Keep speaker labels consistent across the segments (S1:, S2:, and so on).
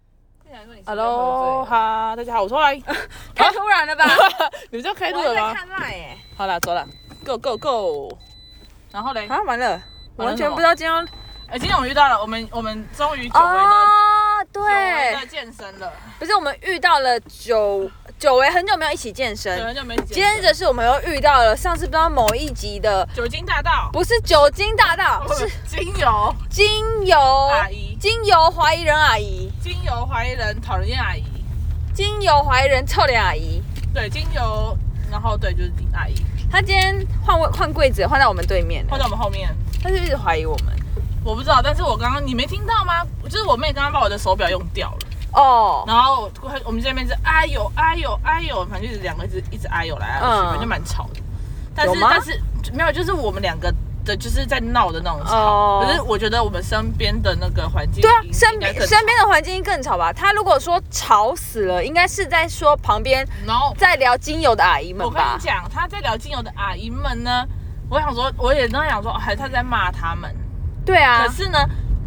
S1: 说你是不是
S2: ？Hello
S1: 喝醉了
S2: 哈，大家好，我出来。
S1: 太突然了 吧？
S2: 你们就开
S1: 我
S2: 路
S1: 还
S2: 了
S1: 在
S2: 吗？
S1: 看赖哎，
S2: 好啦，走啦，Go Go Go。然后嘞，
S1: 啊完了，我完全不知道今天要
S2: 哎，今天我们遇到了，我们我们终于久违的
S1: 哦，
S2: 久违的
S1: 对，
S2: 健身了，
S1: 不是我们遇到了久久违很久没有一起健
S2: 对，
S1: 身，
S2: 很久没健身
S1: 接着是我们又遇到了上次不知道某一集的，
S2: 酒精大道，
S1: 不是酒精大 盗，是
S2: 精油
S1: 精油
S2: 阿姨，
S1: 精油怀疑人阿姨，
S2: 精油怀疑人讨人厌阿姨，
S1: 精油怀疑人臭脸阿姨，
S2: 对，精油，然后对就是阿姨，
S1: 她今天换位换柜子换到我们对面了
S2: 放在我们后面。
S1: 她就一直怀疑我们。
S2: 我不知道，但是我刚刚你没听到吗？就是我妹刚刚把我的手表用掉了，
S1: 哦，
S2: 然后我我们这边是哎呦哎呦哎呦，反正就是两个一直一直哎呦来哎呦去，
S1: 嗯
S2: 反正就蛮吵的。但
S1: 有
S2: 是
S1: 吗
S2: 但是没有，就是我们两个的就是在闹的那种吵。
S1: 哦
S2: 可是我觉得我们身边的那个环境
S1: 对啊
S2: 应，
S1: 身
S2: 应该
S1: 边
S2: 更
S1: 身边的环境更吵吧？她如果说吵死了，应该是在说旁边
S2: 吵然后
S1: 在聊精油的阿姨们
S2: 我跟
S1: 吧
S2: 你？讲，她在聊精油的阿姨们呢，我想说我也那想说，还她在骂他们。
S1: 对啊
S2: 可，是呢，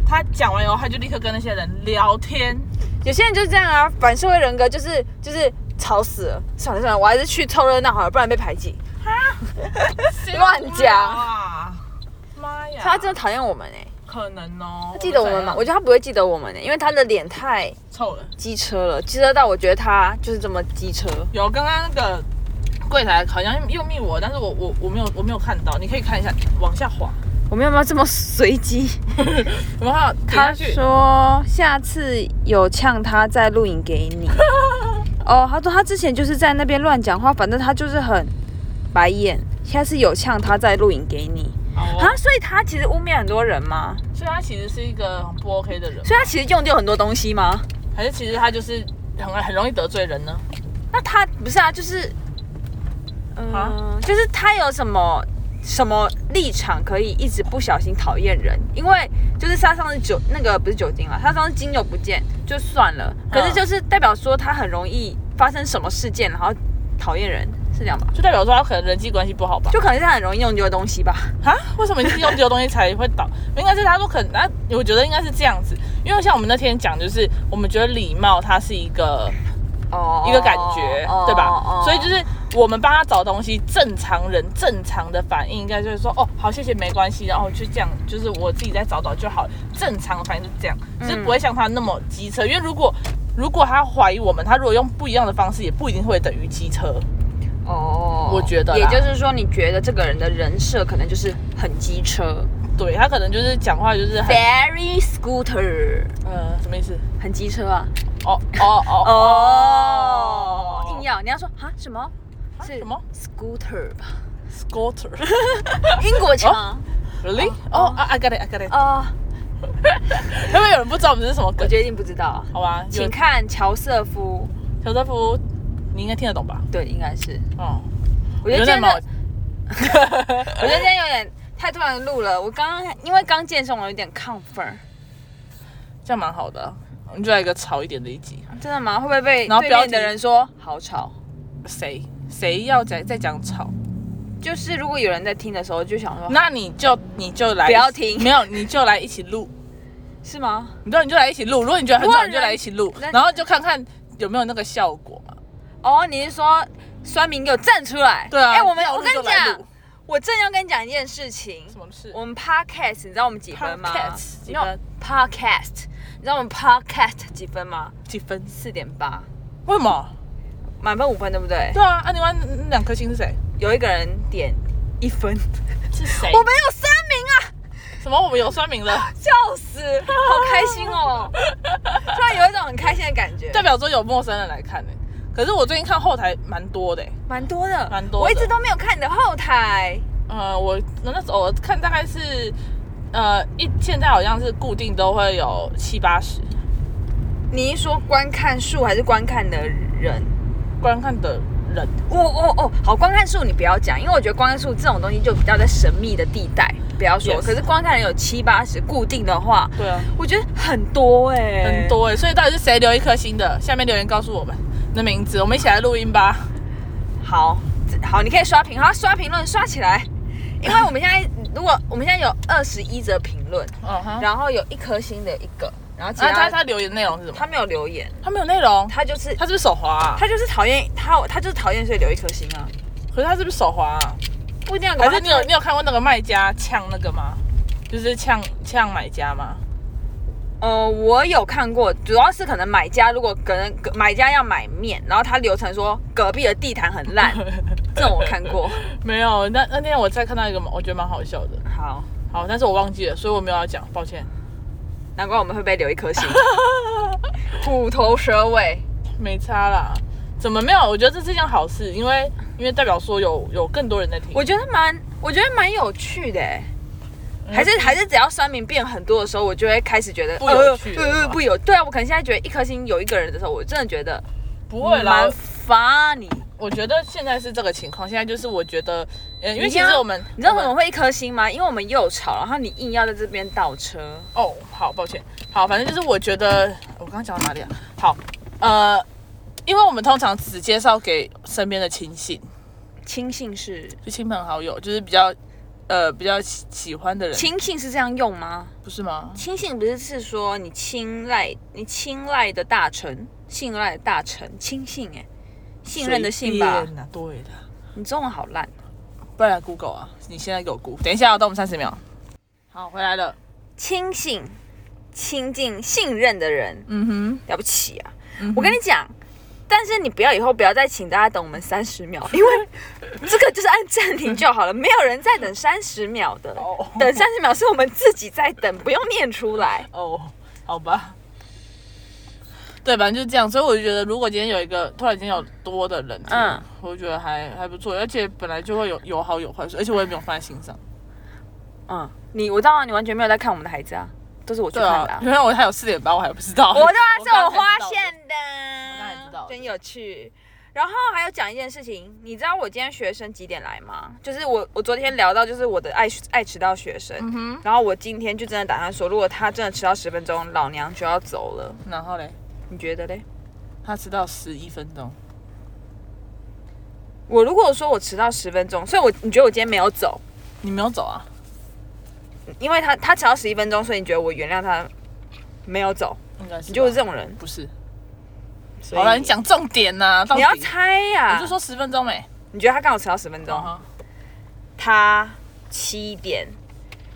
S2: 她讲完以后，她就立刻跟那些人聊天。
S1: 有些人就是这样啊，反社会人格就是就是吵死了，算了算了，我还是去凑热闹好了，不然被排挤。
S2: 谁
S1: 乱
S2: 无聊
S1: 讲
S2: 啊！妈呀！
S1: 他真的讨厌我们哎、
S2: 可能哦
S1: 他，记啊得我们吗？我
S2: 我
S1: 觉得他不啊会记得我们哎、因为他的脸太
S2: 臭了。
S1: 机车了，机车到我觉得他就是这么机车。
S2: 有刚刚那个柜台好像又密我，但是我我我没有我没有看到，你可以看一下，往下滑，
S1: 我们有没有这么随机？
S2: 然后点下
S1: 他
S2: 去。
S1: 说下次有呛他再录影给你。哦，他说他之前就是在那边乱讲话，反正他就是很白眼。下次有呛他再录影给你
S2: 好哦
S1: 啊，所以他其实污蔑很多人吗？
S2: 所以他其实是一个很不 OK 的人，
S1: 所以他其实用掉很多东西吗？
S2: 还是其实他就是很很容易得罪人呢？
S1: 那他不是啊，就是，嗯、
S2: 啊
S1: 就是他有什么什么立场可以一直不小心讨厌人？因为就是他上次酒那个不是酒精啊，他上次精油不见就算了，可是
S2: 嗯
S1: 就是代表说他很容易发生什么事件，然后讨厌人，是这样吧？
S2: 就代表说他可能人际关系不好吧？
S1: 就可能是他很容易用丢的东西吧。
S2: 啊？为什么你是用丢东西才会倒？ 应该是他说可能，那我觉得应该是这样子，因为像我们那天讲，就是我们觉得礼貌它是一个
S1: 哦
S2: 一个感觉，
S1: 哦
S2: 对吧？
S1: 哦
S2: 所以就是我们帮他找东西，正常人正常的反应应该就是说，哦，好，谢谢，没关系，然后就这样，就是我自己再找找就好了。正常的反应就是这样，就是
S1: 嗯
S2: 不会像他那么机车，因为如果如果他怀疑我们，他如果用不一样的方式，也不一定会等于机车。
S1: 哦
S2: 我觉得啦
S1: 也就是说，你觉得这个人的人设可能就是很机车
S2: 对他可能就是讲话就是很
S1: ，very scooter，
S2: 呃什么意思？
S1: 很机车啊。
S2: 哦哦哦
S1: 哦，硬
S2: 要
S1: 要你要说哈什么？是
S2: 啊什么
S1: scooter 吧？
S2: scooter
S1: 英国腔
S2: really？哦、啊 i got it I got it，、
S1: 哦，
S2: 会不会有人不知道我们这是什么
S1: 我
S2: 梗？
S1: 决定不知道，
S2: 好吧，有
S1: 请看乔瑟夫，
S2: 乔瑟夫，你应该听得懂吧？
S1: 对，应该是。
S2: 哦，
S1: 我觉得今天
S2: 真的
S1: 的，我觉得今天有点太突然录了。我刚刚因为刚健身，我有点亢奋，
S2: 这样蛮好的啊。我们就来一个吵一点的一集，
S1: 真的吗？会不会被
S2: 然后
S1: 对
S2: 标
S1: 面
S2: 题
S1: 的人说好吵？
S2: 谁谁要讲再讲吵，
S1: 就是如果有人在听的时候，就想说
S2: 那你就你就来
S1: 不要停
S2: 没有你就来一起录，
S1: 是吗？
S2: 你知道你就来一起录，如果你觉得很
S1: 如果
S2: 吵，
S1: 人
S2: 你就来一起录
S1: 那，
S2: 然后就看看有没有那个效果嘛。
S1: 哦，你是说酸民给我站出来？
S2: 对啊，
S1: 哎，我们
S2: 要
S1: 我
S2: 录
S1: 跟
S2: 就
S1: 你
S2: 来
S1: 讲
S2: 录，
S1: 我正要跟你讲一件事情。
S2: 什么事？
S1: 我们 podcast 你知道我们几分吗
S2: Podcast，
S1: 你知道
S2: 几分
S1: podcast 你知道我们 podcast 几分吗？
S2: 几分？
S1: 四点八，
S2: 为什么？
S1: 满分五分对不对？
S2: 对啊，啊，你玩那两颗星是谁？
S1: 有一个人点一分，我
S2: 是谁
S1: 们有三名啊，
S2: 什么？我们有酸名了，
S1: 笑死， 好开心哦！突然有一种很开心的感觉，
S2: 代，表说有陌生人来看呢。可是我最近看后台蛮多的欸，
S1: 蛮多的，
S2: 蛮多的
S1: 我一直都没有看你的后台，
S2: 呃，我那时候我看大概是，呃，一现在好像是固定都会有七八十
S1: 你一说观看数还是观看的人？
S2: 观看的人，
S1: 哦哦哦，好，观看数你不要讲，因为我觉得观看数这种东西就比较在神秘的地带，不要说。
S2: Yes
S1: 可是观看人有七八十固定的话，
S2: 对啊，
S1: 我觉得很多哎、
S2: 很。多哎、所以到底是谁留一颗星的？下面留言告诉我们你的名字，我们一起来录音吧。
S1: 好，这好，你可以刷评，好刷评论刷起来，因为我们现在如果我们现在有二十一则评论，
S2: 嗯哼，
S1: 然后有一颗星的一个，然后其
S2: 那啊他
S1: 他
S2: 他留言内容是什么？
S1: 他没有留言，
S2: 他没有内容，
S1: 他就是
S2: 他是不是手滑、啊？
S1: 他就是讨厌他他就是讨厌，所以留一颗心啊，
S2: 可是他是不是手滑、啊？
S1: 不一定要
S2: 还是
S1: 他
S2: 你
S1: 就
S2: 有你有看过那个卖家呛那个吗？就是呛呛买家吗？
S1: 呃，我有看过，主要是可能买家如果可能买家要买面，然后他流程说隔壁的地毯很 烂，这种我看过。
S2: 没有，那那天我再看到一个，我觉得蛮好笑的。
S1: 好，
S2: 好，但是我忘记了，所以我没有要讲，抱歉。
S1: 难怪我们会被留一颗心， 虎头蛇尾。
S2: 没差啦，怎么没有？我觉得这是一件好事，因为因为代表说有有更多人在听。
S1: 我觉得蛮，我觉得蛮有趣的、欸。还是还是只要酸民变很多的时候，我就会开始觉得
S2: 嗯不有趣
S1: 呃
S2: 了
S1: 呃
S2: 吗
S1: 呃不有对啊，我可能现在觉得一颗星有一个人的时候，我真的觉得嗯
S2: 不会啦
S1: 蛮，funny。
S2: 我觉得现在是这个情况，现在就是我觉得，呃，因为
S1: 你
S2: 其
S1: 这
S2: 实
S1: 样
S2: 我们
S1: 你知道为什
S2: 我
S1: 么
S2: 们
S1: 会一颗星吗？因为我们又吵，然后你硬要在这边倒车。
S2: 哦，好，抱歉，好，反正就是我觉得我刚刚讲到哪里啊？好，呃，因为我们通常只介绍给身边的亲信，
S1: 亲信是
S2: 就亲朋好友，就是比较呃比较喜喜欢的人，
S1: 亲信是这样用吗？
S2: 不是吗？
S1: 亲信不是是说你青睐你青睐的大臣，信赖的大臣，亲信哎、信任的信吧
S2: 随？便啊对的。
S1: 你中文好烂。
S2: 不然来 Google 啊，你现在给我 Google，等一下、哦，等我们三十秒。好，回来了。
S1: 亲信，亲近信任的人，
S2: 嗯哼。
S1: 了不起啊！我跟你讲，但是你不要以后不要再请大家等我们三十秒，因 为这个就是按暂停就好了，没有人在等三十秒的
S2: 哦，
S1: 等三十秒是我们自己在等，不用念出来。
S2: 哦，好吧。对，反正就是这样，所以我就觉得，如果今天有一个突然间有多的人，嗯
S1: 嗯，
S2: 我就觉得还还不错，而且本来就会有有好有坏，而且我也没有放在心上。
S1: 嗯，你我知道啊你完全没有在看我们的孩子啊，都是我去
S2: 对
S1: 看
S2: 啊
S1: 的、，啊
S2: 因。为我还有四点八，我还不知道。
S1: 我对啊，是我
S2: 刚才
S1: 发
S2: 知道的
S1: 现的，
S2: 我刚才知道的
S1: 真有趣。然后还有讲一件事情，你知道我今天学生几点来吗？就是我我昨天聊到，就是我的爱爱迟到学生，
S2: 嗯哼
S1: 然后我今天就真的打算说，如果他真的迟到十分钟，老娘就要走了。
S2: 然后嘞，
S1: 你觉得嘞？
S2: 他迟到十一分钟，
S1: 我如果说我迟到十分钟，所以我你觉得我今天没有走，
S2: 你没有走啊？
S1: 因为他他迟到十一分钟，所以你觉得我原谅他没有走？
S2: 应该是吧。
S1: 你就是这种人。
S2: 不是？
S1: 所以
S2: 好了，你，讲重点呐、到
S1: 你
S2: 底
S1: 要啊猜呀、
S2: 我就说十哦分钟没。
S1: 你觉得他刚好迟到十分钟？
S2: 懂哈？
S1: 他七点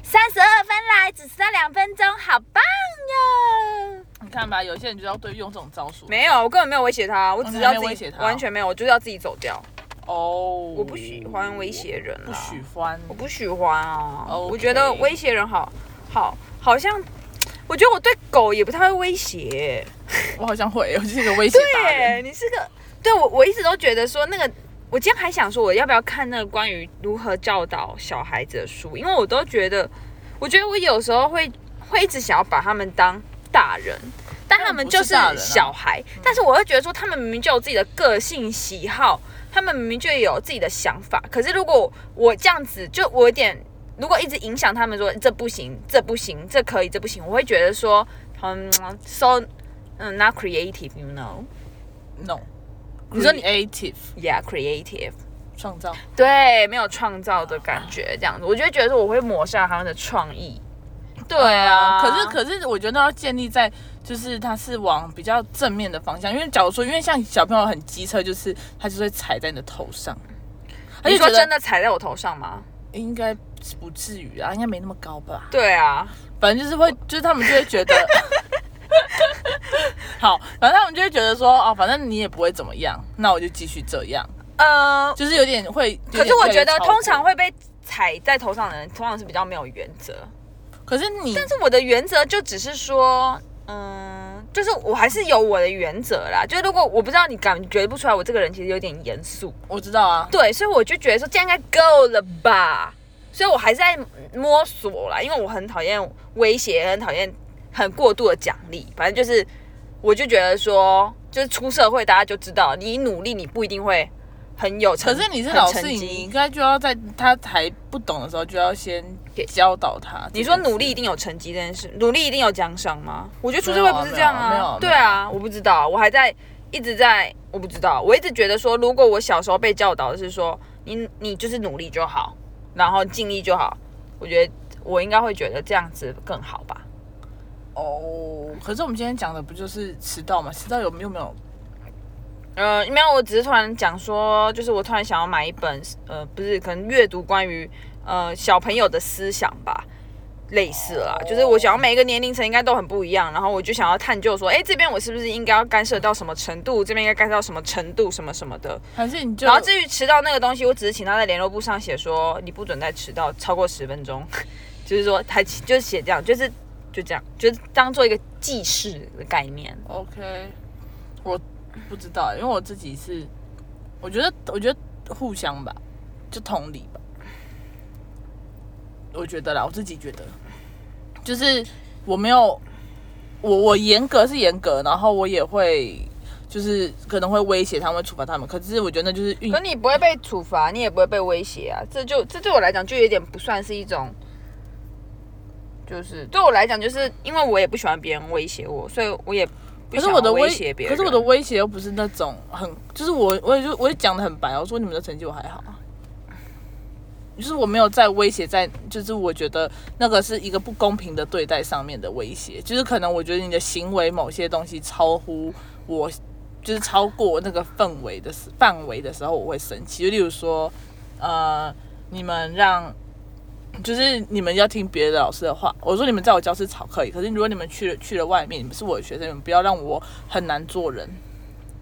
S1: 三十二分来，只迟到两分钟，好棒呀！
S2: 你看吧，有些人就要对用这种招数。
S1: 没有，我根本没有威胁他，我只是要
S2: 哦你还没
S1: 自
S2: 威
S1: 己
S2: 胁，他哦
S1: 完全没有，我就是要自己走掉。
S2: 哦，
S1: 我不喜欢威胁人啊
S2: 不
S1: 啦，
S2: 喜欢。
S1: 我不喜欢啊。
S2: OK
S1: 我觉得威胁人好好，好像我觉得我对狗也不太会威胁。
S2: 我好像会，我是一个威胁达人。
S1: 对，你是个，对我我一直都觉得说那个。我今天还想说，我要不要看那个关于如何教导小孩子的书？因为我都觉得，我觉得我有时候会会一直想要把他们当大人，但他们就是啊
S2: 他们不是大人
S1: 小孩。但是我会觉得说，他们明明就有自己的个性喜好，他们明明就有自己的想法。可是如果我这样子，就我有点，如果一直影响他们说这不行，这不行，这可以，这不行，我会觉得说，嗯，so，嗯，not creative，you know，yeah，creative。
S2: No，
S1: 你说你
S2: active
S1: creative
S2: 创造，
S1: 对，没有创造的感觉，这样子，我就会觉得我会抹杀他们的创意。对啊，
S2: 可是可是我觉得要建立在就是它是往比较正面的方向，因为假如说因为像小朋友很机车，就是他就是会踩在你的头上，
S1: 你
S2: 而且
S1: 说
S2: 觉
S1: 真
S2: 得
S1: 的踩在我头上吗？
S2: 应该不至于啊，应该没那么高吧，
S1: 对啊，
S2: 反正就是会 就是他们就会觉得。 好，反正他们就会觉得说，哦，反正你也不会怎么样，那我就继续这样，
S1: 呃，
S2: 就是有点会。有
S1: 可
S2: 点
S1: 是我
S2: 被
S1: 觉得
S2: 操
S1: 通
S2: 控
S1: 常，会被踩在头上的人，通常是比较没有原则。
S2: 可是你
S1: 但是我的原则就只是说，嗯，就是我还是有我的原则啦。就是如果我不知道你感觉不出来，我这个人其实有点严肃，
S2: 我知道啊，
S1: 对，所以我就觉得说这样应该够了吧。所以我还是在摸索啦，因为我很讨厌威胁，很讨厌很过度的奖励。反正就是，我就觉得说，就是出社会大家就知道，你努力你不一定会很有成，
S2: 可是你是
S1: 很
S2: 老
S1: 成
S2: 师，
S1: 绩
S2: 你应该就要在他还不懂的时候，就要先
S1: 给
S2: 教导他。
S1: 你说努力一定有成绩这件事，努力一定有奖赏吗？我觉得出社
S2: 没
S1: 会
S2: 有啊
S1: 不是这样
S2: 没有
S1: 啊
S2: 啊。没
S1: 对
S2: 有啊
S1: 啊，我不知道，我还在一直在，我不知道，我一直觉得说，如果我小时候被教导的是说，你你就是努力就好，然后尽力就好，我觉得我应该会觉得这样子更好吧。
S2: 哦，可是我们今天讲的不就是迟到吗？迟到有没有没有？
S1: 呃，没有，我只是突然讲说，就是我突然想要买一本，呃，不是，可能阅读关于呃小朋友的思想吧，类似啦，就是我想要每一个年龄层应该都很不一样，然后我就想要探究说，哎，这边我是不是应该要干涉到什么程度，这边应该干涉到什么程度，什么什么的。
S2: 还是你就
S1: 然后至于迟到那个东西，我只是请他在联络簿上写说，你不准再迟到超过十分钟， 就是说他就是写这样，就是就这样，就是当做一个记事的概念。
S2: OK，我不知道，因为我自己是，我觉得我觉得互相吧，就同理吧，我觉得啦，我自己觉得，就是我没有，我我严格是严格，然后我也会就是可能会威胁他们，会处罚他们，可是我觉得那就是运
S1: 可你不会被处罚，你也不会被威胁啊，这就这对我来讲就有点不算是一种，就是对我来讲，就是因为我也不喜欢别人威胁我，所以我也不
S2: 可是
S1: 想
S2: 我的
S1: 威
S2: 威
S1: 胁别
S2: 可
S1: 人。啊
S2: 是我的威胁又不是那种很，就是我我也就我也讲的很白，我说你们的成绩我还好啊，就是我没有在威胁在，就是我觉得那个是一个不公平的对待上面的威胁，就是可能我觉得你的行为某些东西超乎我，就是超过那个氛围的时范围的时候，我会生气。就例如说，呃，你们让就是你们要听别的老师的话。我说你们在我教室吵可以，可是如果你们去了去了外面，你们是我的学生，你们不要让我很难做人。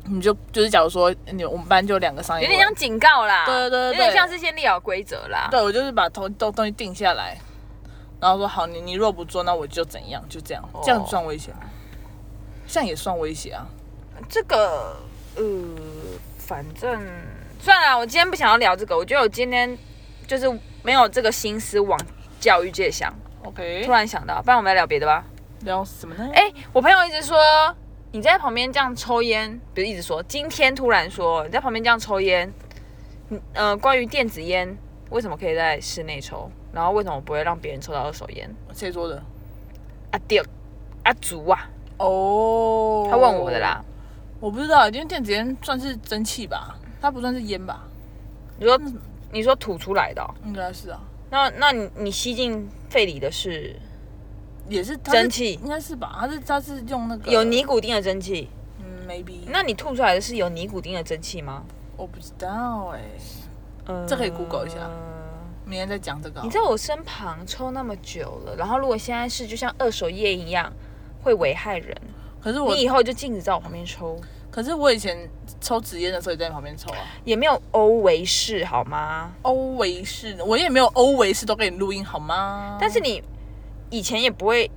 S2: 你们就就是假如说你们我们班就有两个商业
S1: 有
S2: 路人，
S1: 点像警告啦，
S2: 对对对
S1: 有点像是先立好规则啦。
S2: 对我就是把东东东西定下来，然后说好，你你若不做，那我就怎样，就这样，这样算威胁吗？这样也算威胁啊？
S1: 这个呃，反正算了，我今天不想要聊这个，我觉得我今天就是没有这个心思往教育界想。
S2: OK，
S1: 突然想到，不然我们来聊别的吧。
S2: 聊什么呢？哎、
S1: 哎、我朋友一直说你在旁边这样抽烟，不是一直说，今天突然说你在旁边这样抽烟，嗯呃，关于电子烟为什么可以在室内抽，然后为什么不会让别人抽到二手烟？
S2: 谁说的？
S1: 啊丢啊足啊，
S2: 哦、
S1: 他问我的，啦。
S2: 我不知道，因为电子烟算是蒸汽吧，它不算是烟吧？
S1: 你说你说吐出来的哦、
S2: 应该是啊，
S1: 那那你你吸进肺里的是
S2: 也是它是
S1: 蒸汽，
S2: 应该是吧？它是它是用那个
S1: 有尼古丁的蒸汽，
S2: 嗯，maybe，
S1: 那你吐出来的是有尼古丁的蒸汽吗？
S2: 我不知道哎、
S1: 嗯，
S2: 这可以 Google 一下
S1: 呃
S2: 明天再讲这个好了。啊
S1: 你在我身旁抽那么久了，然后如果现在是就像二手烟一样，会危害人。
S2: 可是我
S1: 你以后就禁止在我旁边抽，
S2: 可是我以前抽纸烟的时候也在你旁边抽啊。
S1: 也没有欧维式好吗？
S2: 欧维式，我也没有欧维式都给你录音好吗？
S1: 但是你以前也不会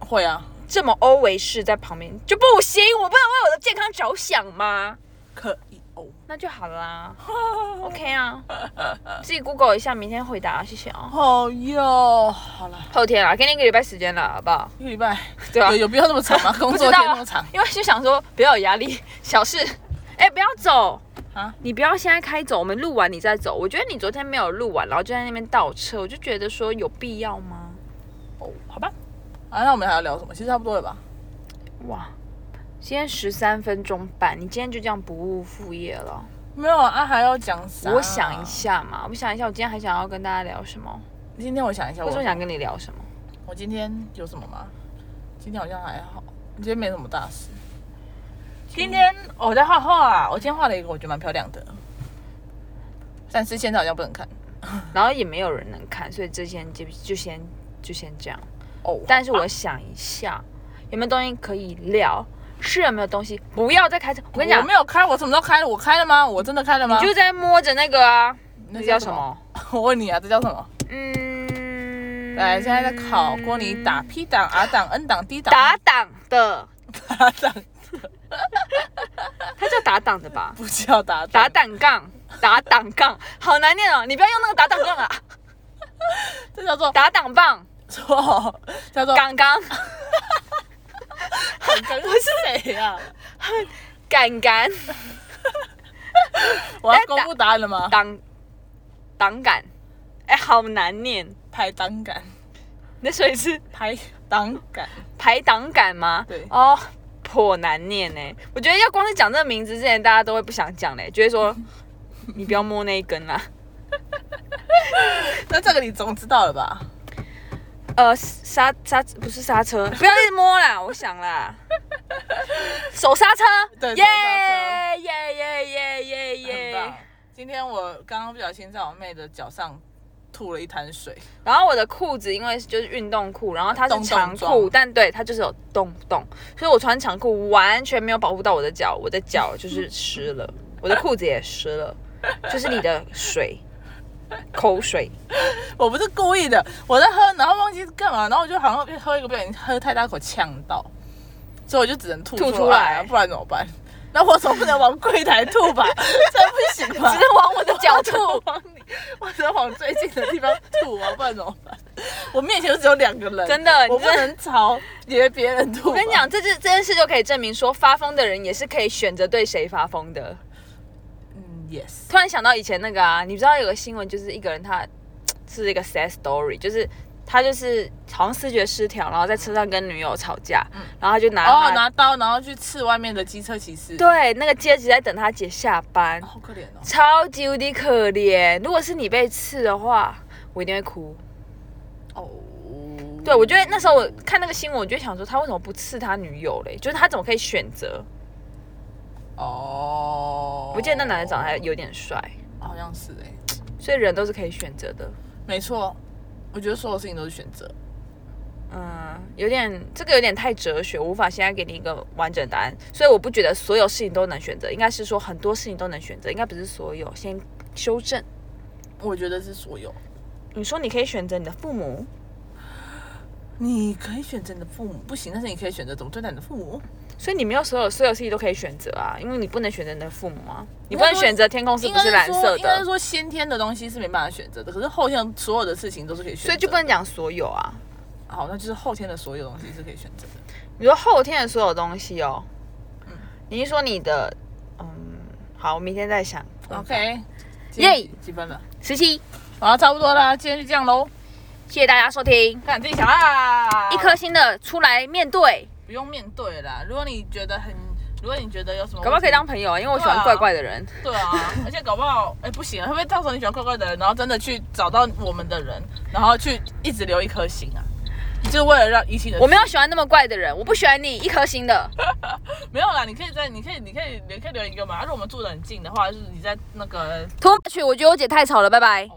S2: 会啊，
S1: 这么欧维式在旁边就不行，我不能为我的健康着想吗？
S2: 可以哦。
S1: 那就好啦 ，OK 啊，自己 Google 一下，明天回答，谢谢啊、
S2: 好哟，好了，
S1: 后天啦，给你一个礼拜时间了，好不好？
S2: 一个礼拜，
S1: 对啊
S2: 有有必要那么长 吗？工
S1: 不
S2: 作
S1: 知
S2: 天
S1: 道
S2: 那
S1: 啊
S2: 么长，
S1: 因为就想说不要有压力， 小事。哎、不要走
S2: 啊！
S1: 你不要现在开走，我们录完你再走。我觉得你昨天没有录完，然后就在那边倒车，我就觉得说有必要吗？
S2: 哦，好吧。啊，那我们还要聊什么？其实差不多了吧。
S1: 哇，今天十三分钟半，你今天就这样不务副业了？
S2: 没有啊，还要讲啥？
S1: 我想一，下嘛，我想一下，我今天还想要跟大家聊什么？
S2: 今天我想一下，
S1: 为
S2: 我
S1: 什么想跟你聊什么？
S2: 我今天有什么吗？今天好像还好，今天没什么大事。今天我在画画、啊，我今天画了一个我觉得蛮漂亮的，但是现在好像不能看
S1: 然后也没有人能看，所以这先就就先就先这样。
S2: 哦。
S1: 但是我想一下，有没有东西可以聊？是有没有东西？不要再开车！我跟你讲
S2: 我没，有开，我什么时候开了？我开了吗？我真的开了吗？
S1: 就在摸着那个啊，
S2: 那
S1: 那叫什么？
S2: 我问你啊，这叫什么？
S1: 嗯，
S2: 来，现在在考过你打 P 档、R 档、N 档、D 档。
S1: 打档的，
S2: 打档
S1: 它叫打档的吧？
S2: 不叫打档
S1: 打，档杠，打档杠，好难念哦！你不要用那个打档杠啊，
S2: 这叫做
S1: 打档棒，
S2: 错，叫做
S1: 杠杠，
S2: 杆。我是谁啊 呀？
S1: 杆杆，
S2: 我要公布答案了吗？
S1: 档，档杆，哎，好难念。
S2: 排档杆，
S1: 那所以是
S2: 排档杆。
S1: 排档杆吗？
S2: 对
S1: 哦。颇难念呢、我觉得要光是讲这个名字之前，大家都会不想讲嘞、就会 说你不要摸那一根啦、
S2: 那这个你总知道了吧？
S1: 呃刹刹不是刹车， 不要一直摸啦，我想 啦，手刹车，
S2: 对
S1: 耶
S2: 手刹
S1: 耶耶耶耶
S2: 很棒
S1: 耶。
S2: 今天我刚刚不小心在我妹的脚上吐了一滩水，
S1: 然后我的裤子因为就是运动裤，然后它是
S2: 洞洞
S1: 长裤，
S2: 装
S1: 但对它就是有洞洞，所以我穿长裤完全没有保护到我的脚，我的脚 就是湿了，我的裤子也湿了，就是你的 水，口水。
S2: 我不是故意的，我在喝，然后忘记干嘛，然后我就好像喝一个不小心喝太大口呛到，所以我就只能吐
S1: 吐出
S2: 出来啊，
S1: 来
S2: 不然怎么办？那我总不能往柜台 吐吧？这不行吧
S1: 只？能往我的脚吐。
S2: 往你，我只能往最近的地方吐啊，不然怎么办？ 我面前就只有两个人，
S1: 真的
S2: 我
S1: 你
S2: 不
S1: 真的
S2: 能朝别别人吐。
S1: 我跟你，讲，这这这件事就可以证明说，发疯的人也是可以选择对谁发疯的。
S2: 嗯，yes，
S1: 突然想到以前那个啊，你知道有个新闻，就是一个人他是一个 sad story，就是他就是好像视觉失调，然后在车上跟女友吵架，然后他就拿
S2: 哦，
S1: 他
S2: 拿刀然后去刺外面的机车骑士，，
S1: 对那个阶级在等他姐下班，
S2: 好可怜哦。
S1: 超级无敌可怜。如果是你被刺的话，我一定会哭。
S2: 哦，
S1: 对，我觉得那时候我看那个新闻，我就想说他为什么不刺他女友嘞？就是他怎么可以选择？
S2: 哦，
S1: 我记得那男的长得还有点帅，
S2: 好像是哎、
S1: 所以人都是可以选择的。
S2: 没错，我觉得所有事情都是选择。
S1: 嗯，有点这个有点太哲学，无法现在给你一个完整答案，所以我不觉得所有事情都能选择，应该是说很多事情都能选择，应该不是所有。先修正，
S2: 我觉得是所有，
S1: 你说你可以选择你的父母，
S2: 你可以选择你的父母，不行，但是你可以选择怎么对待你的父母。
S1: 所以你没有所有所有事情都可以选择啊，因为你不能选择你的父母啊，你
S2: 应
S1: 不
S2: 该
S1: 能
S2: 说
S1: 选择天空哦是
S2: 应
S1: 不
S2: 该
S1: 是蓝
S2: 说
S1: 色
S2: 应该是
S1: 的，
S2: 说先天的东西是没办法选择的，可是后天所有的事情都是可以选择的。
S1: 所以就不能讲所有啊。
S2: 好，那就是后天的所有东西是可以选择的。
S1: 你说后天的所有东西哦，你是说你的，嗯，好，我明天再想。
S2: OK，
S1: 耶
S2: 耶，几分了？
S1: 十七，
S2: 好，差不多啦，今天就这样喽。
S1: 谢谢大家收听，
S2: 看你自己想啦，
S1: 一颗星的出来面对。
S2: 不用面对啦。如果你觉得很，如果你觉得有什么问题，
S1: 搞不好可以当朋友啊，因为我喜欢怪怪的人。
S2: 对啊， 而且搞不好，哎、不行，会不会到时候你喜欢怪怪的人，然后真的去找到我们的人，然后去一直留一颗心啊？就是为了让一起人，
S1: 我没有喜欢那么怪的人，我不喜欢你一颗星 的。
S2: 没有啦，你可以在，你可以，你可以，你可以留言给我们。啊如果我们住得很近的话，就是你在那个
S1: 拖去，我觉得我姐太吵了，拜拜。
S2: 哦